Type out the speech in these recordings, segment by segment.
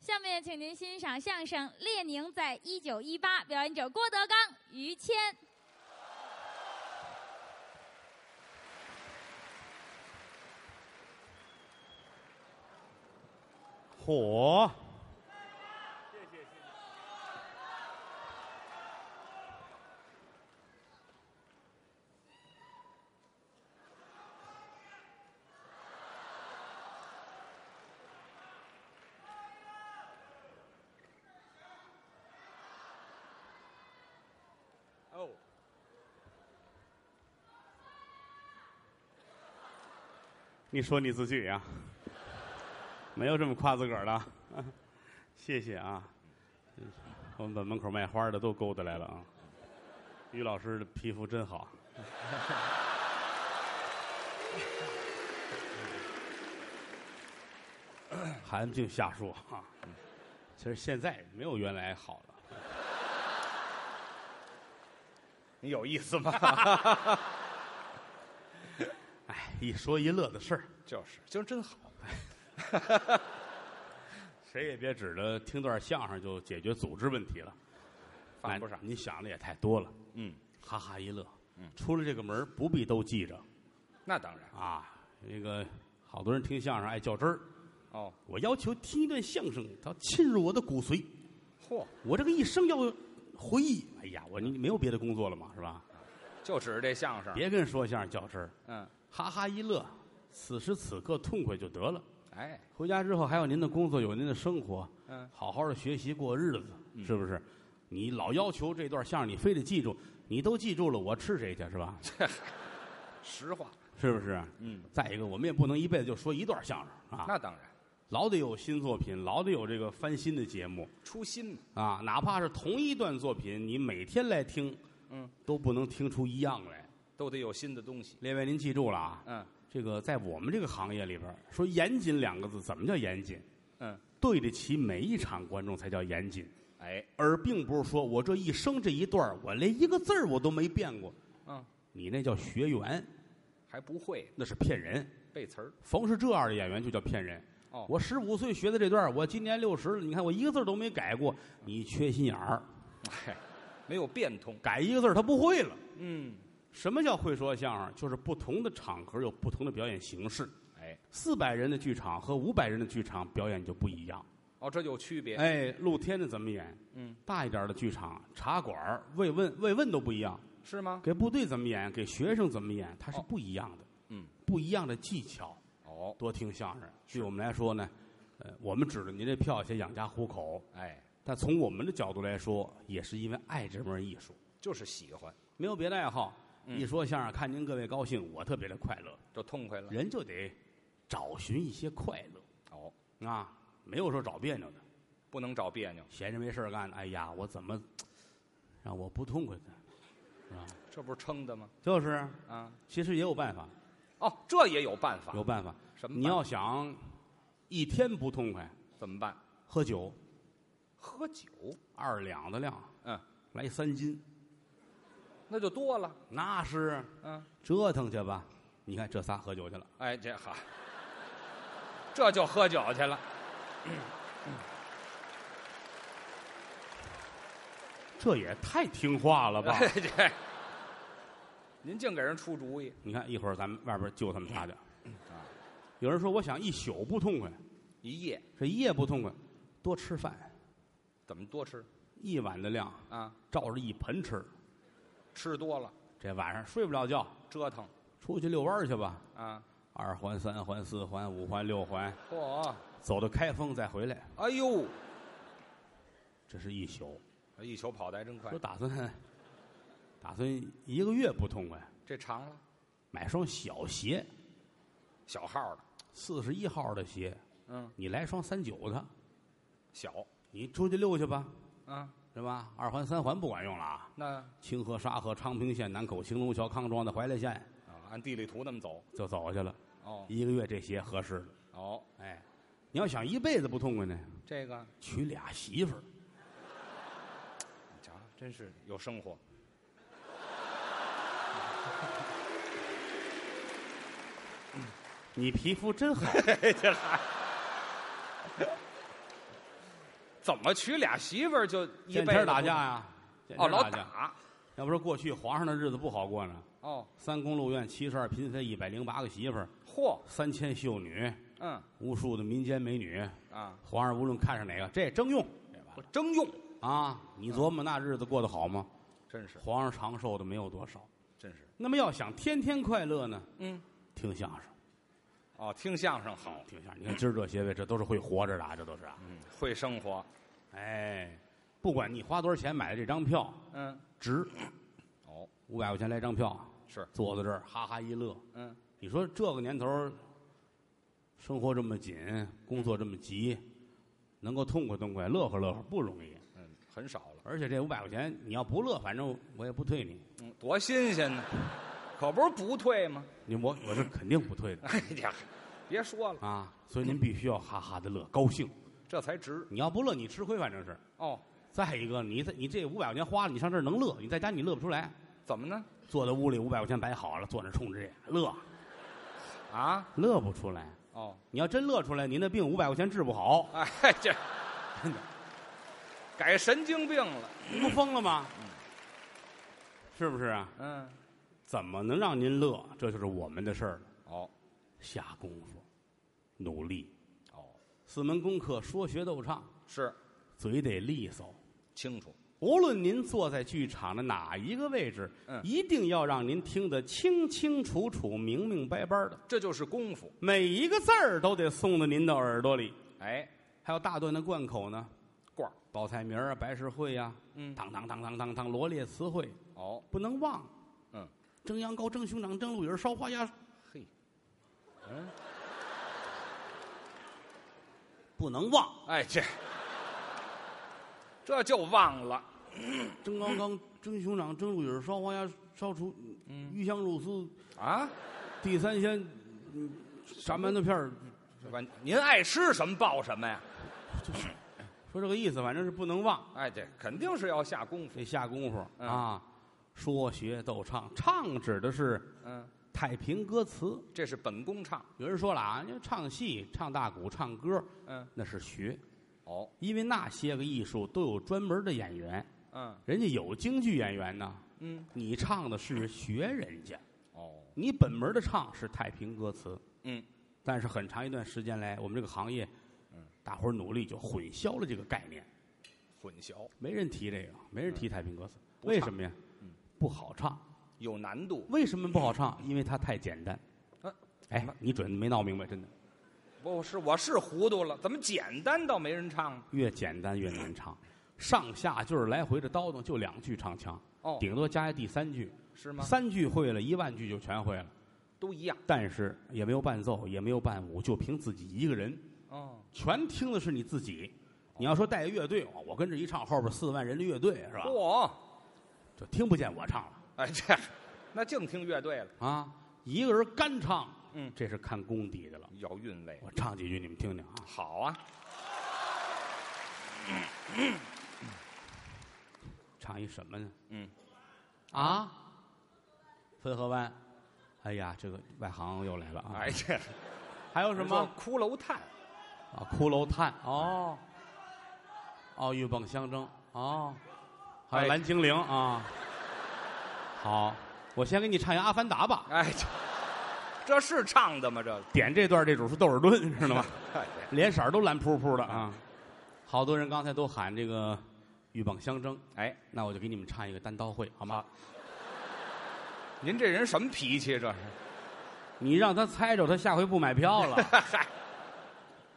下面请您欣赏相声《列宁在一九一八》，表演者郭德纲、于谦。火，哦，你说你自己啊呀、 没有这么夸自个儿的， 谢谢啊。我们把门口卖花的都勾搭来了啊。于老师的皮肤真好， 韩净瞎说啊。其实现在没有原来好了。你有意思吗？哎，一说一乐的事儿， 就是，今儿真好。谁也别指着听段相声就解决组织问题了，犯不上哎你想的也太多了，嗯，哈哈一乐。嗯，出了这个门儿不必都记着那当然。啊。那个好多人听相声爱较真儿，哦，我要求听一段相声，它侵入我的骨髓，嚯，我这个一生要回忆。哎呀，我你没有别的工作了嘛，是吧？就指着这相声。别跟说相声较真儿，嗯，哈哈一乐，此时此刻痛快就得了。哎，回家之后还有您的工作，有您的生活，嗯好好的学习过日子，是不是？你老要求这段相声你非得记住，你都记住了，我吃谁去是吧？ 实话。是不是？嗯，再一个，我们也不能一辈子就说一段相声啊，那当然，老得有新作品，老得有这个翻新的节目初心嘛。啊。哪怕是同一段作品，你每天来听，嗯，都不能听出一样来。都得有新的东西。列位，您记住了啊，嗯这个在我们这个行业里边儿，说严谨两个字，怎么叫严谨？嗯，对得起每一场观众才叫严谨。哎，而并不是说我这一生这一段儿我连一个字儿我都没变过。嗯，你那叫学员，还不会那是骗人。背词儿。逢是这样的演员就叫骗人。哦我十五岁学的这段儿，我今年六十了，你看我一个字儿都没改过。你缺心眼儿，哎，没有变通。改一个字儿他不会了。嗯，什么叫会说相声？就是不同的场合有不同的表演形式。哎，四百人的剧场和五百人的剧场表演就不一样。哦，这有区别。哎，露天的怎么演？嗯，大一点儿的剧场、茶馆儿、慰问、慰问都不一样。是吗？给部队怎么演，给学生怎么演，它是不一样的，哦嗯，不一样的技巧。哦，多听相声，对我们来说呢，呃，我们指着您这票钱养家糊口，哎，但从我们的角度来说，也是因为爱这门艺术，就是喜欢，没有别的爱好。嗯一说相声，看您各位高兴，我特别的快乐。就痛快了。人就得找寻一些快乐哦，啊，没有说找别扭的，不能找别扭，闲着没事儿干，哎呀，我怎么让我不痛快呢？这不是撑的吗？就是，啊，其实也有办法，哦，这也有办法。嗯有办法。什么办法？你要想一天不痛快，怎么办？喝酒喝酒，二两的量，嗯，来三斤，那就多了。那是嗯，折腾去吧。你看这仨喝酒去了，哎，这好，这就喝酒去了。这也太听话了吧？哎 这，您净给人出主意，你看一会儿咱们外边救他们仨去。有人说我想一宿不痛快，一夜这一夜不痛快，多吃饭，怎么多吃一碗的量啊？照着一盆吃，吃多了这晚上睡不了觉，折腾出去遛弯儿去吧。啊！二环、三环、四环、五环、六环，嚯，走到开封再回来，哎呦，这是一宿。一宿跑的还真快说，打算打算一个月不痛快，这长了，买双小鞋，小号的，四十一号的鞋，嗯，你来双三九的，小你出去溜去吧，啊，是吧？二环、三环不管用了啊！那清河、沙河、昌平县、南口、兴隆桥、康庄的怀来县啊按地理图那么走，就走去了。哦一个月这鞋合适了，哦，哎，你要想一辈子不痛快呢，这个娶俩媳妇儿，瞧，真是有生活，你皮肤真好，这还怎么娶俩媳妇儿就 一见辈天子儿打不架呀，见哦，天老儿架，打要不说过去皇上的日子不好过呢。哦，三宫六院七十二嫔妃，一百零八个媳妇儿，嚯，三千秀女，嗯无数的民间美女。啊，皇上无论看上哪个，这征用我征用，啊！你琢磨那日子过得好吗？真是皇上长寿的没有多少。真是，那么要想天天快乐呢，嗯，听相声，哦，听相声好，听相声。你看今儿这些位，这都是会活着的，啊，这都是啊。嗯，会生活，哎，不管你花多少钱买的这张票，嗯，值哦，五百块钱来张票，是，坐在这儿哈哈一乐。嗯，你说这个年头儿，生活这么紧，工作这么急，能够痛快痛快、乐呵乐呵不容易。嗯，很少了，而且这五百块钱，你要不乐，反正我也不退你。嗯，多新鲜呢，可不是不退吗？你我我是肯定不退的 哎呀，别说了，啊，所以您必须要哈哈的乐，高兴。这才值你要不乐，你吃亏，反正是。哦。再一个，你这你这五百块钱花了，你上这儿能乐，你在家你乐不出来。怎么呢？坐在屋里五百块钱摆好了，坐那儿冲着这乐，啊，乐不出来。哦，你要真乐出来，您的病五百块钱治不好， 哎，这真的，改神经病了，你不疯了吗？是不是啊？嗯，怎么能让您乐？这就是我们的事儿了，哦，下功夫，努力。哦，四门功课，说学逗唱，是嘴得利索。清楚，无论您坐在剧场的哪一个位置，嗯一定要让您听得清清楚楚、明明白白的，这就是功夫，每一个字儿都得送到您的耳朵里。哎，还有大段的贯口呢，罐儿，报菜名儿啊、白事会呀、嗯，当当当当当当罗列词汇哦，不能忘。嗯，蒸羊羔、蒸熊掌、蒸鹿尾儿、烧花鸭，嘿，嗯，不能忘。哎，这这就忘了，蒸羊嗯羔、蒸熊掌、蒸鹿尾儿、烧花鸭、烧雏、鱼香肉丝、啊，地三鲜、嗯炸馒头片儿，这完，您爱吃什么报什么呀？说这个意思，反正是不能忘。哎，这肯定是要下功夫，得下功夫、嗯啊！说学逗唱，唱指的是嗯，太平歌词。这是本宫唱，有人说了啊，因为唱戏、唱大鼓、唱歌，嗯，那是学，哦，因为那些个艺术都有专门的演员，嗯人家有京剧演员呢。嗯，你唱的是学人家，哦，你本门的唱是太平歌词，嗯，但是很长一段时间来，我们这个行业，嗯，大伙儿努力就混淆了这个概念，混淆，没人提这个，没人提太平歌词，嗯不为唱嗯什么呀？不好唱。有难度，为什么不好唱？因为它太简单啊。哎，你准没闹明白，真的，不是，我是糊涂了，怎么简单到没人唱呢？啊越简单越难唱，上下句儿来回的叨叨，就两句唱腔，哦，顶多加一第三句，是吗？三句会了，一万句就全会了。都一样，但是也没有伴奏，也没有伴舞，就凭自己一个人，哦，全听的是你自己。你要说带个乐队，哦我跟着一唱，后边四万人的乐队是吧？嚯，就听不见我唱了哎，这那净听乐队了，啊！一个人干唱，嗯这是看功底的了。有韵味，我唱几句你们听听啊。好啊，唱一什么呢？嗯，啊，汾河湾，哎呀，这个外行又来了啊！哎， 这还有什么骷髅炭？啊？骷髅炭哦，哦，鹬蚌相争哦，还有哎蓝精灵啊。好，我先给你唱一《阿凡达》吧。哎，这这是唱的吗？这点这段这主是窦尔敦，知道 吗？哎脸色儿都蓝扑扑的啊。好多人刚才都喊这个鹬蚌相争，哎，那我就给你们唱一个单刀会好吗？您这人什么脾气？这是 你让他猜着，他下回不买票了。 嗨，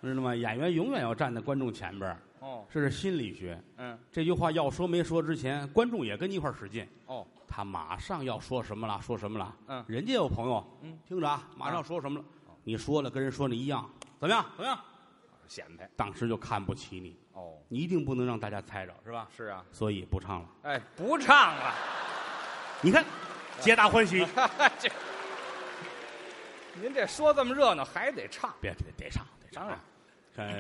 知道吗？演员永远要站在观众前边儿，哦，这是心理学。嗯，这句话要说没说之前，观众也跟你一块儿使劲。哦，他马上要说什么了？说什么了？嗯人家有朋友，嗯，哦听着啊，马上说什么了？你说了，跟人说的一样，怎么样？怎么样？显摆。当时就看不起你，哦，你一定不能让大家猜着，是吧？是啊，所以不唱了。哎，不唱了。你看，皆大欢喜。 这您这说这么热闹，还得唱？别别得唱，得唱当然啊。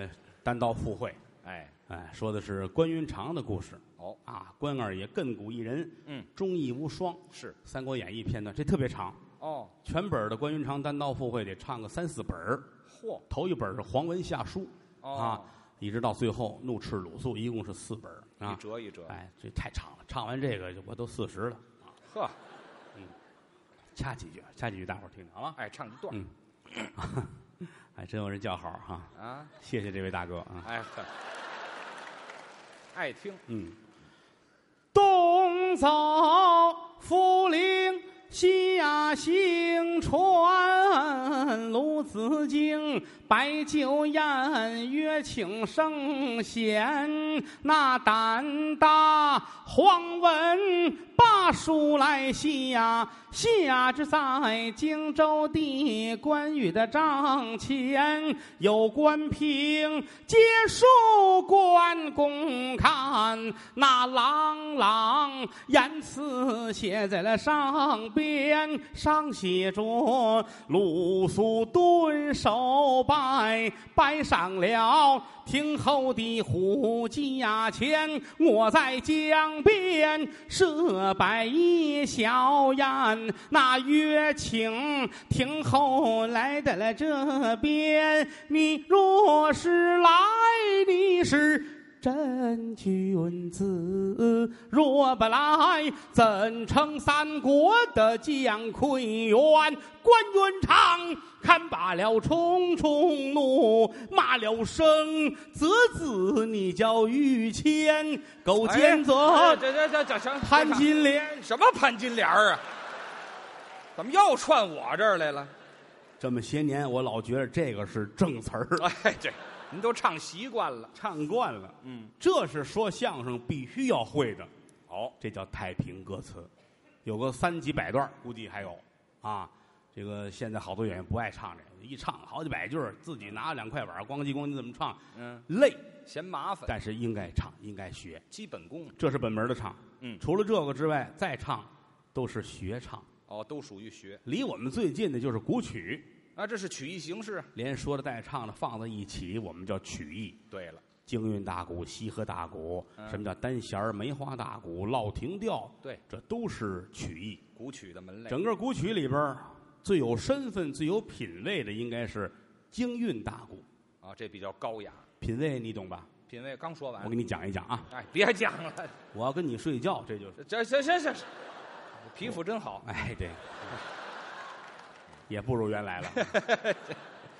呃，单刀赴会，哎，哎，说的是关云长的故事哦，啊。关二爷亘古一人，嗯，忠义无双。是《三国演义》片段，这特别长，哦，全本儿的关云长单刀赴会得唱个三四本儿嚯，头一本儿是黄文下书、哦啊，一直到最后怒斥鲁肃，一共是四本儿一啊。折一折，哎，这太长了，唱完这个就我都四十了，呵，掐几句，掐几句，大伙儿听听好吗？哎，唱一段嗯哎，真有人叫好哈、啊，谢谢这位大哥啊。哎呵，爱听，嗯，东走涪陵，西呀行船，鲁子敬摆酒宴，约请圣贤。那胆大黄文霸书来西呀，西呀之在荆州地，关羽的帐前有关平，接书关公看，那朗朗言辞写在了上边，上写着鲁肃蹲首拜，拜上了亭后的虎驾前，我在江边设摆一小宴，那约请亭后来到了这边，你若是来，你是。真君子，若不来，怎称三国的将溃员？关云长看罢了冲冲怒，骂了声子子，你叫御谦，狗哎奸贼，这这这这行，潘金莲。什么潘金莲儿啊？怎么又串我这儿来了？ 这么些年，我老觉得这个是正词儿，哎，这您都唱习惯了，唱惯了，嗯，这是说相声必须要会的。哦，这叫太平歌词，有个三几百段儿，估计还有啊。这个现在好多演员不爱唱这个，一唱好几百句儿，自己拿两块板儿咣叽咣叽这么唱，嗯，累，嫌麻烦，但是应该唱，应该学，基本功，这是本门的唱。嗯除了这个之外，再唱都是学唱。哦，都属于学离我们最近的就是古曲，啊，这是曲艺形式。连说的带唱的放在一起，我们叫曲艺。对了，京韵大鼓、西河大鼓，嗯什么叫单弦儿、梅花大鼓、烙亭调，对，这都是曲艺。古曲的门类，整个古曲里边儿最有身份、最有品位的，应该是京韵大鼓。啊，这比较高雅，品位你懂吧？品味刚说完我给，你讲一讲啊！哎，别讲了，我要跟你睡觉，这就是 这这这这，皮肤真好。哎，对，也不如原 来了。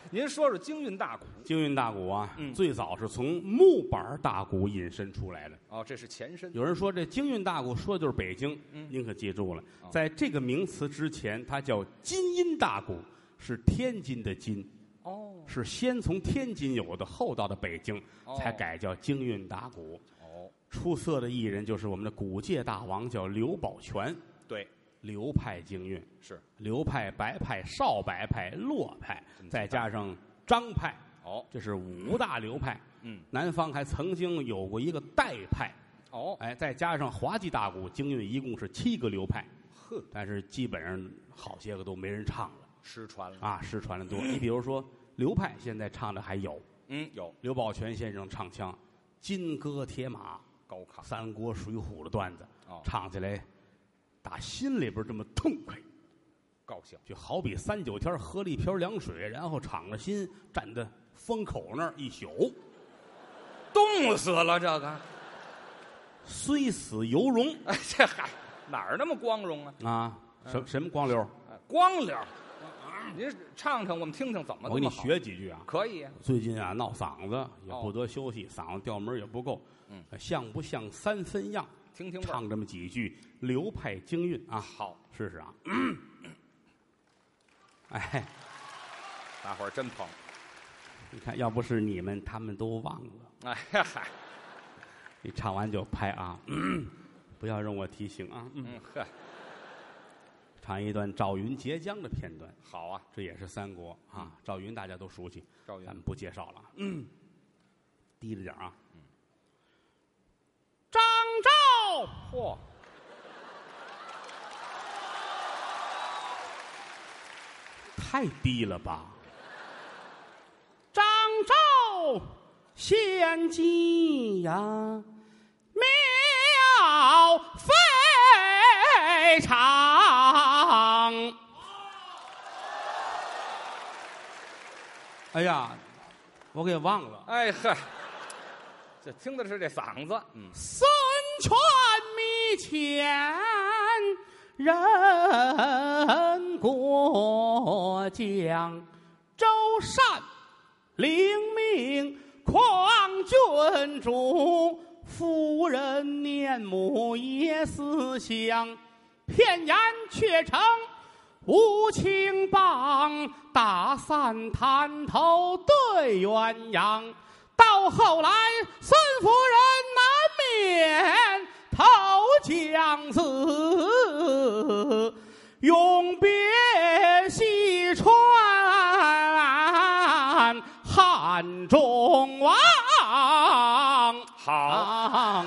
您说说京韵大鼓京韵大鼓啊，嗯最早是从木板大鼓引申出来的。哦，这是前身，有人说这京韵大鼓说的就是北京，嗯您可记住了哦，在这个名词之前，它叫金音大鼓，是天津的金，哦是先从天津有的，后到的北京，哦才改叫京韵大鼓。哦，出色的艺人就是我们的古界大王，叫刘宝全，对，流派京韵，是流派、白派、少白派、洛派这么，几大再加上张派，哦，这是五大流派。嗯，南方还曾经有过一个代派，哦，哎，再加上滑稽大鼓、京韵，一共是七个流派，呵，但是基本上好些个都没人唱了失传了，啊，失传的多。你比如说流派，现在唱的还有嗯，有刘宝全先生唱腔，《金戈铁马》。高亢，三国水浒的段子，哦唱起来打心里边这么痛快，高兴，就好比三九天喝了一瓢凉水，然后敞着心站在风口那儿一宿，冻死了这个，虽死犹荣哎，这嗨，哪儿那么光荣啊？啊！什什么光溜儿？哎光溜儿，您唱唱我们听听怎么我给那你么好，学几句啊！可以啊，最近啊闹嗓子也不得休息，嗓子调门儿也不够，嗯呃，像不像三分样？听听味儿唱这么几句流派京韵啊，好，试试啊！ 哎，大伙儿真捧，你看，要不是你们，他们都忘了。哎呀嗨，你唱完就拍啊， 不要让我提醒啊。嗯嗯呵，唱一段赵云截江的片段，好啊，这也是三国啊。赵云大家都熟悉，赵云咱，们不介绍了啊。嗯，低着点啊。张昭嚯，太低了吧？张昭献计呀，妙非常。哎呀，我给忘了，哎呵，这听的是这嗓子，嗯，三拳密前人过江，周善灵命匡君主，夫人念母也思乡，片言却成。无情棒打散滩头对鸳鸯，到后来孙夫人难免投江死，永别西川汉中王。好，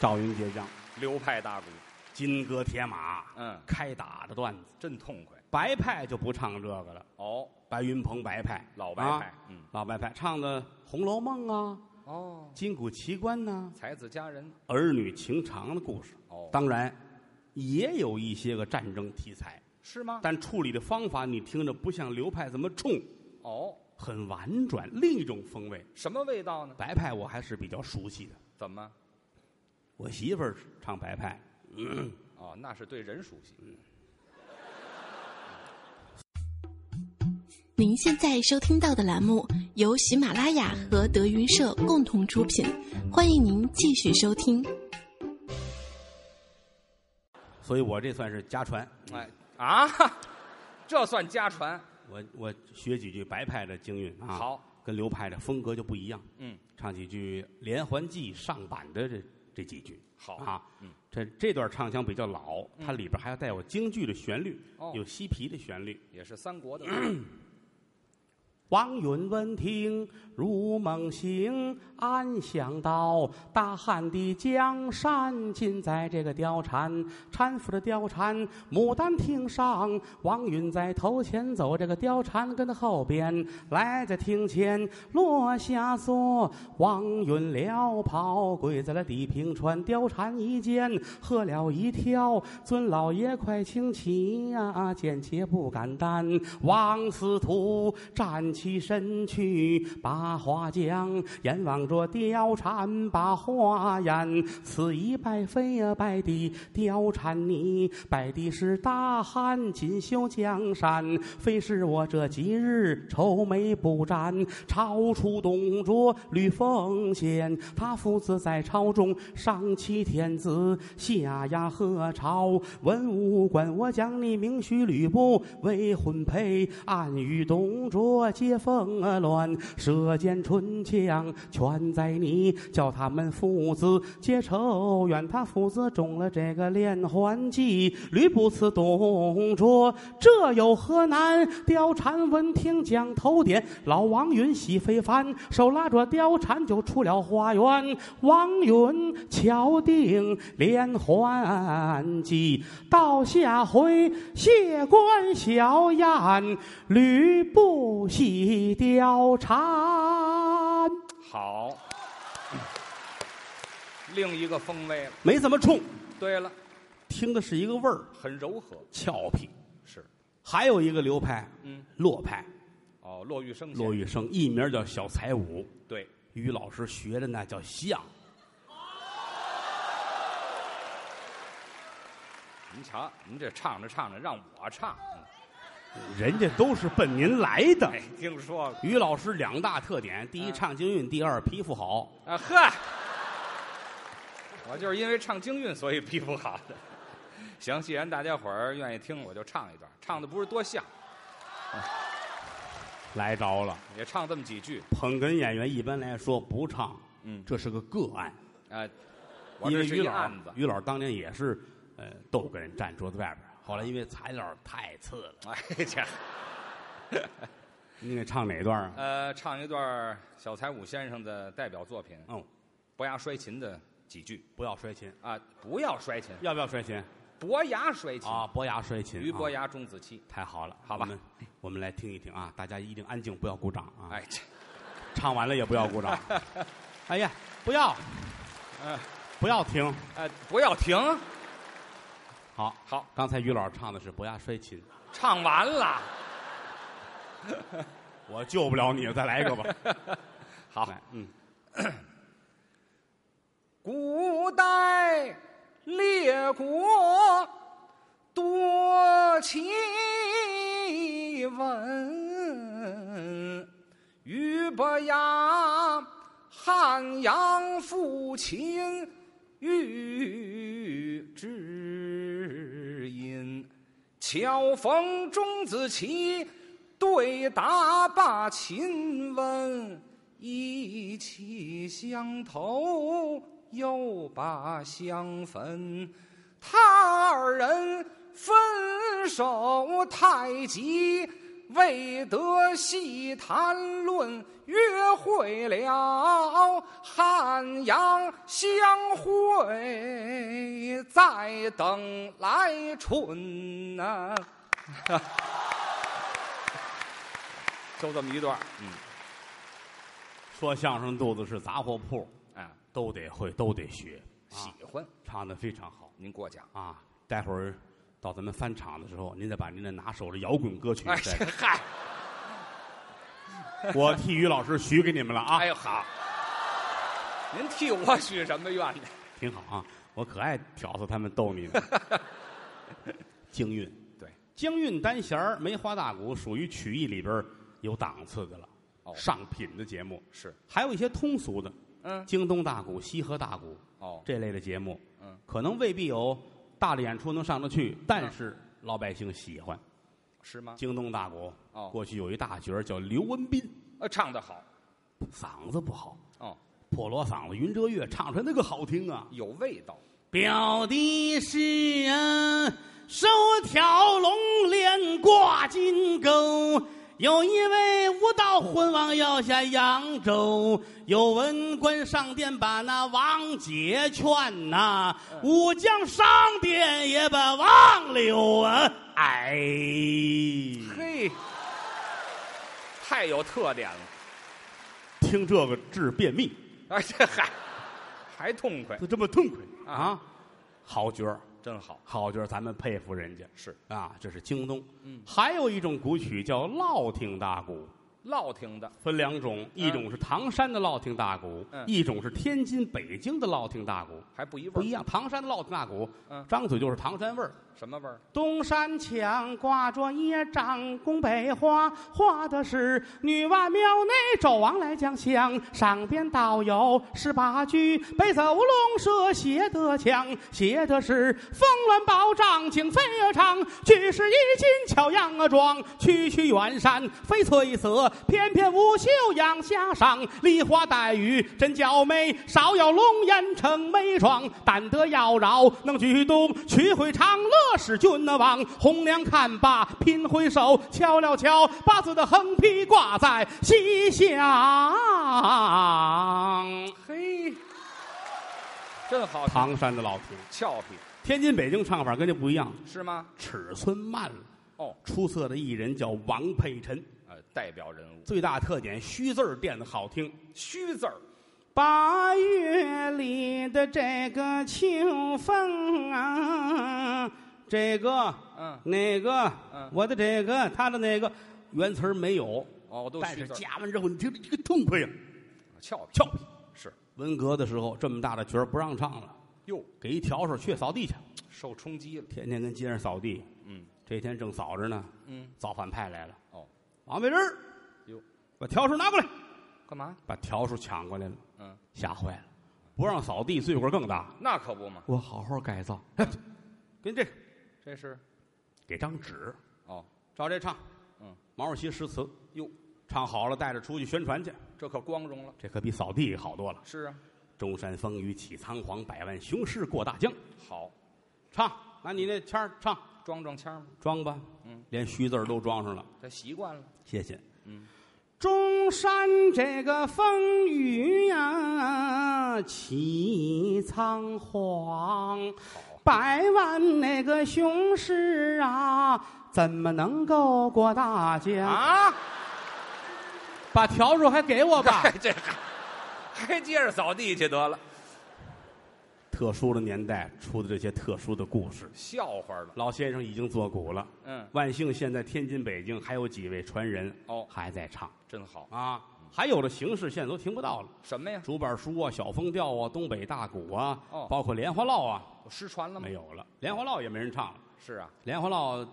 赵云倔强，流派大鼓，金戈铁马，嗯，开打的段子。真痛快。白派就不唱这个了，哦，白云鹏白派，老白派啊嗯老白派唱的《红楼梦》啊，哦，《金谷奇观》呐，才子佳人，儿女情长的故事。哦当然也有一些个战争题材，是吗？但处理的方法你听着不像流派这么冲，哦，很婉转，另一种风味。什么味道呢？白派我还是比较熟悉的，怎么？我媳妇儿唱白派，哦，那是对人熟悉。您现在收听到的栏目由喜马拉雅和德云社共同出品，欢迎您继续收听。所以我这算是家传。哎啊，这算家传。我我学几句白派的京韵啊，好，跟流派的风格就不一样。嗯，唱几句《连环计》上版的这这几句。好啊，嗯这这段唱腔比较老，它里边还要带有京剧的旋律，哦有西皮的旋律。也是三 国的。王允闻听如梦醒，暗想到大汉的江山尽在这个貂蝉，搀扶着貂蝉。牡丹亭上，王允在头前走，这个貂蝉跟在后边。来在厅前落下座，王允撩袍跪在了地平川。貂蝉一见，喝了一跳，尊老爷快请起呀、见妾不敢担。王司徒站起身去把花将，眼望着貂蝉把花言，此一拜非呀、拜的貂蝉你，拜的是大汉锦绣江山，非是我这几日愁眉不展。超出董卓吕奉先，他父子在朝中上欺天子，下压何朝文武官。我将你明许吕布为婚配，暗与董卓结风啊乱，射箭唇枪啊全在你，叫他们父子结仇怨。他父子中了这个连环计，吕布刺董卓，这有何难？貂蝉闻听将头点，老王允喜非凡，手拉着貂蝉就出了花园。王允敲定连环计，到下回谢官小宴，吕布喜貂蝉。好，另一个风味了。没怎么冲，对了，听的是一个味儿，很柔和，俏皮。是还有一个流派，嗯，洛派，哦，落玉生骆玉玉笙艺名叫小才武，对，于老师学的那叫像。您瞧，您这唱着唱着让我唱，嗯人家都是奔您来的。哎，听说了于老师两大特点：第一，嗯唱京韵；第二，皮肤好。啊，呵，我就是因为唱京韵，所以皮肤好的。行，既然大家伙儿愿意听，我就唱一段，唱的不是多像，来着了，也唱这么几句，捧哏演员一般来说不唱，嗯这是个个案，啊、我因这为是于一老案子，于老当年也是，呃，逗哏站桌子外边儿，后来因为材料太次了，哎这，你给唱哪段啊？呃，唱一段小才武先生的代表作品《嗯，伯牙摔琴》的几句不要摔琴，啊，不要摔琴，要不要摔琴？伯牙摔琴，啊，伯牙摔琴，俞伯啊，牙钟子期，太好了，好吧我们我们来听一听啊，大家一定安静，不要鼓掌啊。哎，这唱完了也不要鼓 掌。哎呀，不要，嗯不要停。呃，不要停，好，好，刚才于老师唱的是《伯牙摔琴唱完了，》，我救不了你，再来一个吧。 好，来，嗯，国多奇闻，俞伯牙汉阳父亲遇知音，巧逢钟子期，对答罢秦温。意气相投，又把相分。他二人分手太急，未得细谈论，约会了汉阳相会，再等来春 呐、就这么一段儿，嗯，说相声肚子是杂货铺，啊，都得会，都得学，喜啊、欢唱的非常好您过奖。啊！待会儿到咱们翻场的时候，您再把您的拿手的摇滚歌曲哎，再，这嗨，我替于老师许给你们了啊，哎呦好，您替我许什么愿呢？挺好啊！我可爱挑唆他们逗 你们。京韵，对，京韵单弦儿梅花大鼓属于曲艺里边儿有档次的了，哦上品的节目，是，还有一些通俗的，嗯，京东大鼓、西河大鼓哦，这类的节目，嗯，可能未必有大的演出能上得去，但是老百姓喜欢是吗？京东大鼓。嗯哦过去有一大角儿叫刘文斌，呃，唱的好，嗓子不好，哦，破锣嗓子，云遮月唱出来那个好听啊！有味道，表弟是啊，手挑龙帘挂金钩。有一位无道昏王要下扬州，有文官上殿把那王解劝呐、武将上殿也把王柳啊，哎，嘿，太有特点了。听这个治便秘，哎，这嗨，还痛快，就这么痛快啊！好角儿，真好。好角儿，咱们佩服人家是啊，这是京东。嗯还有一种古曲叫烙听大鼓，烙听的，分两种，一种是唐山的烙听大鼓，嗯一种是天津、北京的烙听大鼓，还不一不味一儿，样。唐山的烙听大鼓，嗯张嘴就是唐山味儿。什么味儿？东山墙挂着一张宫北画，画的是女娲庙内纣王来将相，上边倒有十八句，北走龙蛇写的强，写的是峰峦宝障景飞儿长，俱是一金巧样儿装，区区远山非翠色，翩翩无袖仰霞裳，梨花带雨真娇媚，少有龙颜成眉妆，但得妖娆能举动，取回长乐使君那王，红娘看罢拼回首，瞧了瞧八字的横批挂在西厢。嘿，真好听，唐山的老听，俏皮天津、北京唱法跟这不一样，是吗？尺寸慢了。哦，出色的艺人叫王佩臣，呃，代表人物，最大特点虚字儿垫的好听。虚字儿，八月里的这个秋风啊，这个嗯，那个、嗯我的这个他的那个原词儿没有，哦，都但虚是字儿，加完之后你听着一个痛快呀、俏皮俏皮。是文革的时候这么大的角儿不让唱了，哟，给一笤帚去扫地去，受冲击了，天天跟街上扫地。嗯这天正扫着呢，嗯，造反派来了，哦，王贝仁儿哟，把笤帚拿过来，干嘛？把笤帚抢过来了，嗯，吓坏了，不让扫地，罪过更大。那可不嘛，我好好改造。哎跟这个这是给张纸，哦，照这唱。嗯，毛主席诗词哟，唱好了，带着出去宣传去，这可光荣了。这可比扫地好多了。是啊，中山风雨起苍黄，百万雄师过大江。好，唱，拿你那签儿唱，装装腔儿嘛，装吧。嗯，连虚字儿都装上了，这习惯了。谢谢。嗯，中山这个风雨呀、起苍黄。好，百万那个雄师啊，怎么能够过大江？啊，把笤帚还给我吧。 这还还接着扫地去得了，特殊的年代出的这些特殊的故事，笑话了。老先生已经作古了。嗯，万幸现在天津、北京还有几位传人哦还在唱真好，啊，还有的形式现在都听不到了，什么呀？竹板书啊、小风调啊、东北大鼓啊，哦包括莲花落啊，我失传了吗？没有了。莲花落也没人唱了。是啊，莲花落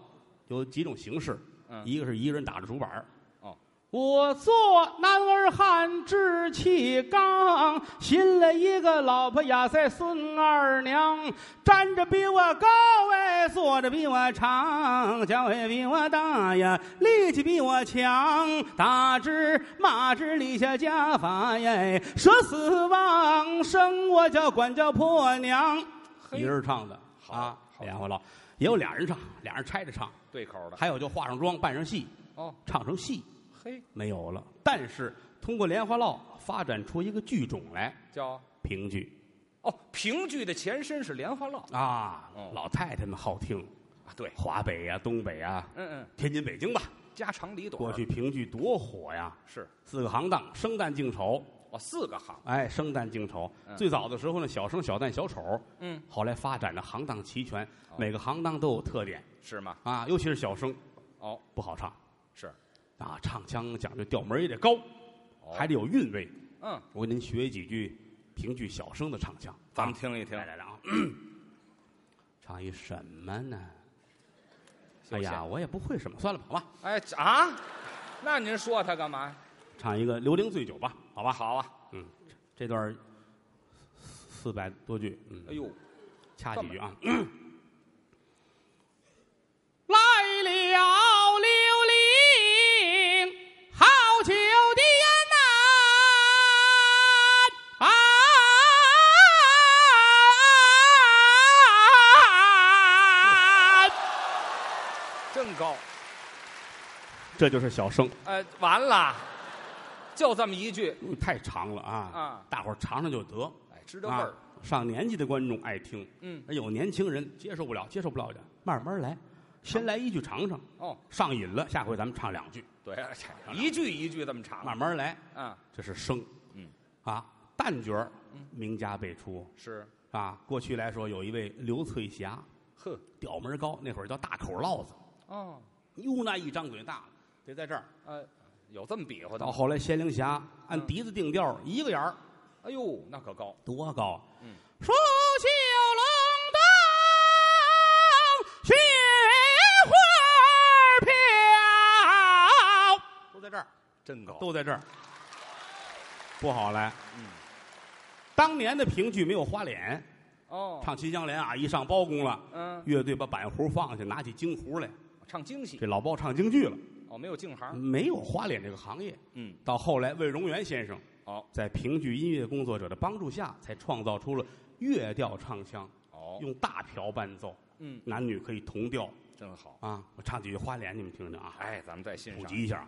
有几种形式，嗯一个是一个人打着竹板儿哦，我做男儿汉，志气刚，寻了一个老婆呀塞孙二娘，站着比我高哎，坐着比我长，脚也比我大呀，力气比我强，打只马只立下家法呀，舍死忘生，我叫管教婆娘，嘿一人唱的好啊，好莲花落也有俩人唱，俩人拆着唱，对口的。还有就化上妆扮上戏，哦，唱成戏嘿，没有了。但是通过莲花落发展出一个剧种来，叫评剧哦，评剧的前身是莲花落啊哦，老太太们好听，啊，对，华北呀、东北啊、嗯嗯，天津、北京吧，家长里短。过去评剧多火呀，是四个行当，生旦净丑，哦，四个行，哎，生旦净丑。嗯最早的时候呢，小生、小旦、小丑，嗯，后来发展的行当齐全，哦每个行当都有特点是吗？啊，尤其是小生哦，不好唱。是，啊，唱腔讲究调门儿也得高，哦还得有韵味。嗯，我给您学几句评剧小生的唱腔，咱们啊听一听来。来来啊，唱一什么呢？休哎息呀，，我也不会什么，算了吧，好吧，哎啊，那您说他干嘛呀？唱一个《刘伶醉酒》吧，好吧，嗯好啊，这段儿四百多句，嗯哎，呦，掐几句啊。来了刘伶，好酒的难。真高！这就是小生，呃，完了，就这么一句，嗯太长了啊，啊大伙儿尝尝就得。哎，知道味啊儿。，上年纪的观众爱听，哎嗯，有年轻人接受不了，接受不了的，慢慢来，先来一句尝尝，哦，上瘾了，下回咱们唱两句，对，一句一句这么长。慢慢来，嗯，这是生，嗯，啊，旦角儿名家辈出是，啊。过去来说，有一位刘翠霞，呵，调门高，那会儿叫大口烙子，哦，哟，那一张嘴大，得在这儿。呃，哦有这么比划的到？后来，仙灵霞按嗯笛子定调儿，一个眼儿哎呦，那可高！多高啊！数九龙灯，雪花飘。都在这儿，真高，都在这儿，不好来。嗯，当年的评剧没有花脸，哦，唱《秦香莲》啊，一上包公了，嗯，乐队把板胡放下，拿起京胡来，唱京戏这老包唱京剧了，哦，没有京行，没有花脸这个行业。嗯，到后来，魏荣元先生哦在评剧音乐工作者的帮助下，才创造出了乐调唱腔，哦，用大瓢伴奏，嗯，男女可以同调真好。啊。我唱几句花脸，你们听听啊，哎，咱们再欣普赏嗯及一下啊。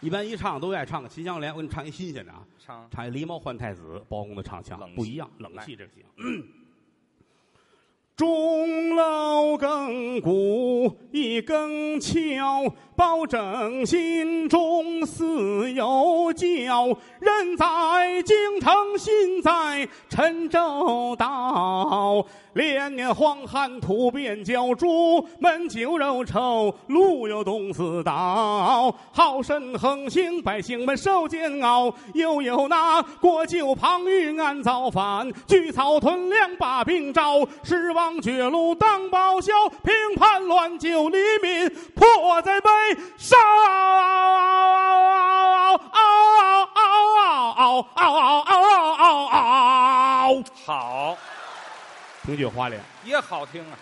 一般一唱都爱唱个《秦香莲》，我给你唱一新鲜的啊。唱唱一《狸猫换太子》，包公的唱腔冷戏不一样，嗯冷来戏这个行。钟楼更鼓一更敲，包拯心中似有教。人在京城，心在陈州道。连年荒旱土变焦，朱门酒肉臭，路又冻死倒。好生横行，百姓们受煎熬。又有那国舅庞玉暗造反，聚草屯粮把兵招，狮王绝路当报销，平叛乱救黎民，迫在眉梢。好，评剧花脸，也好听啊，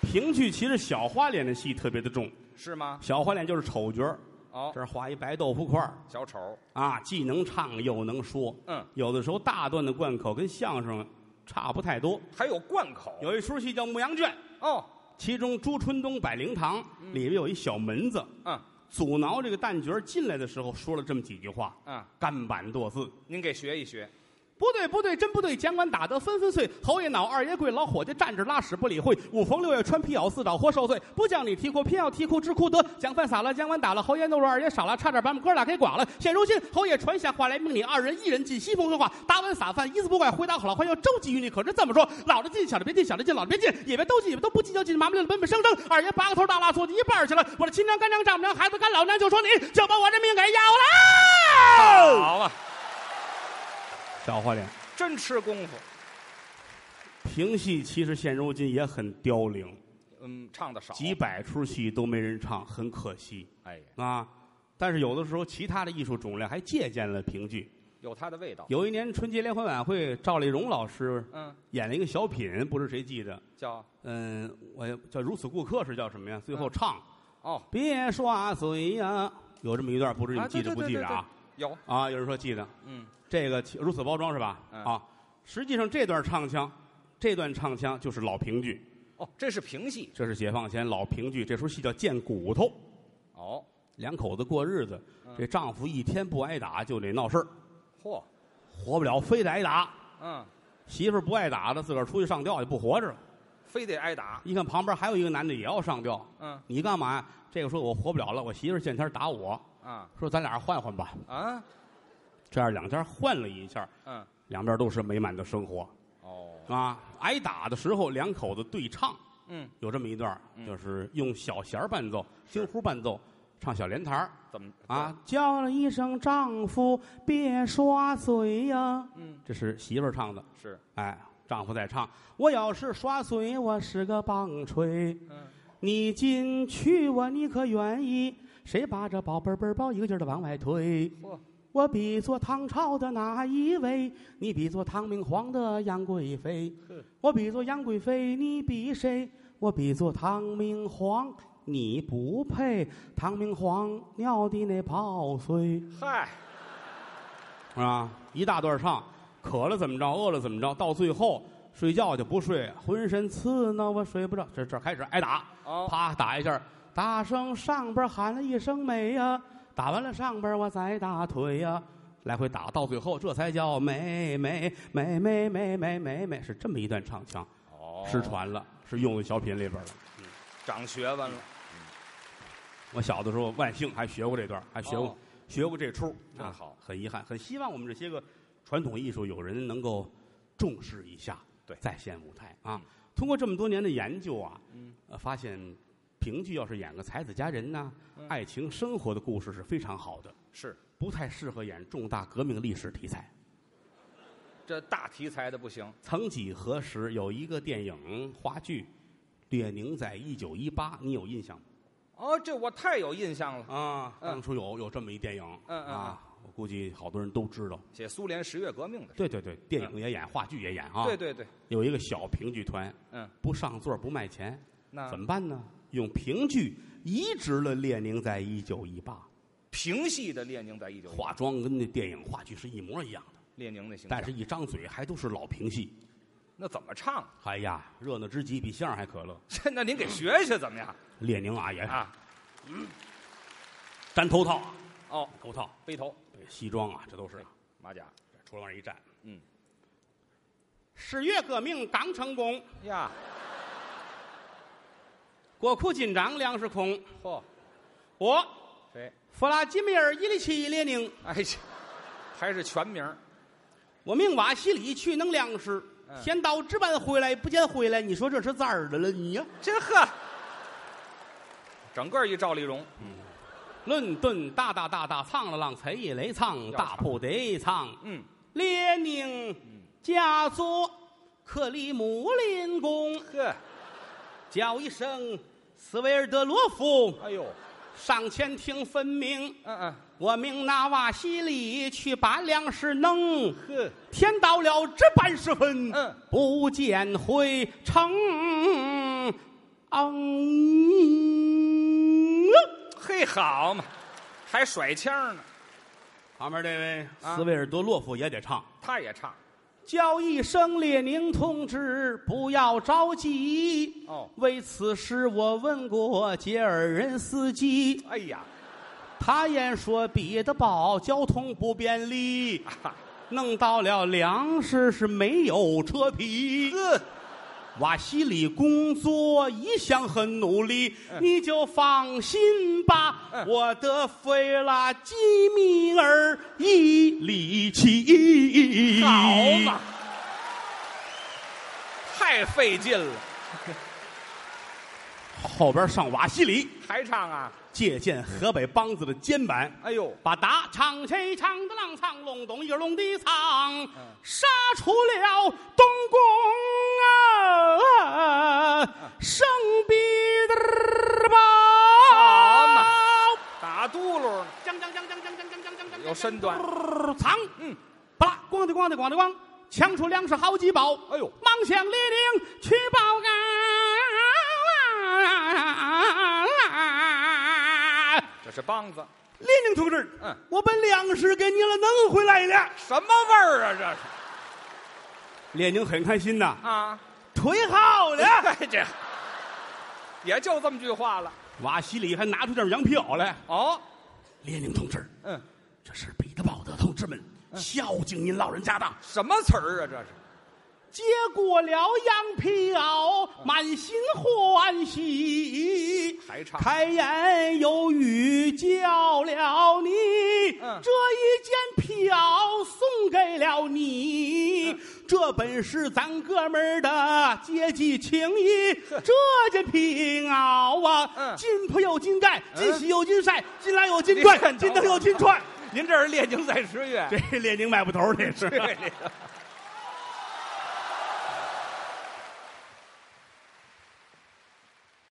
评剧其实小花脸的戏特别的重，是吗？小花脸就是丑角儿哦这，儿画一白豆腐块儿小丑，啊，既能唱又能说。嗯，有的时候大段的贯口跟相声差不太多。还有贯口，有一出戏叫《牧羊圈》，哦，其中朱春东摆灵堂，里面有一小门子，嗯阻挠这个旦角进来的时候说了这么几句话：嗯，干板剁字，您给学一学，不对，不对，真不对！蒋管打得纷纷碎，侯爷恼，二爷跪，老伙计站着拉屎不理会。五逢六月穿皮袄，四找活受罪。不叫你啼哭，偏要啼哭，直哭得。蒋饭撒了，蒋管打了，侯爷怒了，二爷少了，差点把我们哥俩给剐了。现如今，侯爷传下话来，命你二人一人进西风说话，打碗撒饭，一字不挂，回答好了，还要周济于你。可是这么说，老的进，小的别进，小的进，老的别进，也别都进，也别都不进，就进麻木了，本本生生。二爷拔个头大蜡缩进一半儿去了。我的亲娘、干娘、丈母娘、孩子、干老娘，就说你就把我这命给要了。好嘛，啊小花脸。真吃功夫。评戏其实现如今也很凋零，嗯，唱的少。几百出戏都没人唱，很可惜哎呀，啊。但是有的时候，其他的艺术种类还借鉴了评剧。有它的味道。有一年春节联欢晚会，赵丽蓉老师嗯，演了一个小品，不知谁记得？叫嗯，我也叫《如此顾客》是叫什么呀？最后唱哦，别耍嘴呀，有这么一段，不知你们啊记对得对不对记得对啊？有，啊，有人说记得，嗯，这个其如此包装是吧？嗯啊，实际上这段唱腔，这段唱腔就是老评剧。哦，这是评戏。这是解放前老评剧，这出戏叫《贱骨头》。哦，两口子过日子，这丈夫一天不挨打就得闹事儿，嚯，活不了，非得挨打。嗯，媳妇儿不挨打的，自个儿出去上吊也不活着了。非得挨打。一看旁边还有一个男的也要上吊，嗯你干嘛呀？这个说我活不了了，我媳妇儿见天儿打我，啊说咱俩换换吧。啊，这样两家换了一下，嗯，两边都是美满的生活哦，啊。挨打的时候，两口子对唱，嗯，有这么一段儿，嗯就是用小弦儿伴奏、京胡伴奏，唱小连台儿。怎么啊？，叫了一声丈夫，别刷嘴呀、嗯，这是媳妇儿唱的，是，哎，丈夫在唱。我要是刷嘴，我是个棒槌，嗯，你进去我你可愿意？谁把这宝贝儿贝儿包一个劲儿的往外推？嚯，我比作唐朝的哪一位？你比作唐明皇的杨贵妃哼。我比作杨贵妃，你比谁？我比作唐明皇，你不配。唐明皇尿的那泡水嗨，啊，一大段唱，渴了怎么着，饿了怎么着，到最后睡觉就不睡，浑身刺挠，我睡不着。这这开始挨打，哦，啪打一下，大声上边喊了一声美呀、打完了上边我再打腿呀、来回打到最后，这才叫美美美美美美美美，是这么一段唱腔，哦，失传了，是用在小品里边了。长学问啊了，我小的时候万幸还学过这段，还学过、哦学过这出，真啊好很遗憾，很希望我们这些个传统艺术有人能够重视一下，对再现舞台啊。嗯通过这么多年的研究啊，嗯呃，发现评剧要是演个才子佳人呐、嗯爱情生活的故事是非常好的，是不太适合演重大革命历史题材。这大题材的不行。曾几何时，有一个电影话剧《列宁在一九一八》，你有印象吗？哦，这我太有印象了。啊，嗯当初有有这么一电影，嗯嗯啊，我估计好多人都知道。写苏联十月革命的事，对对对，电影也演，话剧也演啊。嗯对，对对，有一个小评剧团，嗯，不上座不卖钱，那怎么办呢？用评剧移植了列宁在一九一八，评戏的列宁在一九化妆跟那电影话剧是一模一样的，列宁的形象但，是一张嘴还都是老评戏。那怎么唱？啊哎呀，热闹之极，比相声还可乐。 那您给学学怎么样列宁啊也啊？粘头套啊，哦，头套、背头西装啊，这都是啊马甲出来往这一站，嗯，十月革命刚成功，呀，国库紧张，粮食空，嚯，我谁？弗拉基米尔·伊里奇·列宁。哎呀，还是全名儿我命瓦西里去弄粮食，嗯先到值班回来，不见回来，你说这是咋儿的了你呀、这呵，整个一赵丽蓉，伦敦大大大大唱了浪，才一雷唱，要大铺得唱。嗯，列宁家族克里姆林宫呵，叫一声斯维尔德罗夫，哎呦，上前听分明。嗯嗯，我命那瓦西里去把粮食弄，呵，天到了值班时分，嗯，不见回城。嗯，嘿，好嘛，还甩腔呢，旁边这位啊斯维尔德洛夫也得唱，他也唱，叫一声列宁同志，不要着急。哦为此事我问过捷尔人司机， 哎呀，他言说彼得堡交通不便利。啊、弄到了粮食是没有车皮。瓦西里工作一向很努力，嗯你就放心吧，我的菲拉基米尔伊里奇。好嘛，太费劲了，后边上瓦西里，还唱啊？借鉴河北梆子的肩膀，哎呦，把打唱谁唱的浪唱隆咚一儿隆的唱，杀出了东宫啊，圣彼得堡。好嘛打嘟噜呢，将将将将将将将将将将有身段。藏，嗯，巴拉，咣的咣的咣的咣，抢出粮食好几包，哎呦忙向列宁去报告。这是梆子，列宁同志，嗯我把粮食给您了，弄回来了。什么味儿啊？这是列宁很开心呐，啊，忒好了。哎，这也就这么句话了。瓦西里还拿出点洋票来。哦，列宁同志，嗯，这是彼得堡的同志们孝敬您老人家的。什么词儿啊？这是接过了羊皮袄，满心欢喜。还唱开言有语叫了你，嗯这一件皮袄送给了嗯你。这本是咱哥们儿的阶级情谊，这件皮袄啊，嗯进铺有金盖，进嗯洗有金晒，进拉有金你看缎，等进会灯儿有金串。您这是列宁在十月，这列宁卖不头，这是。对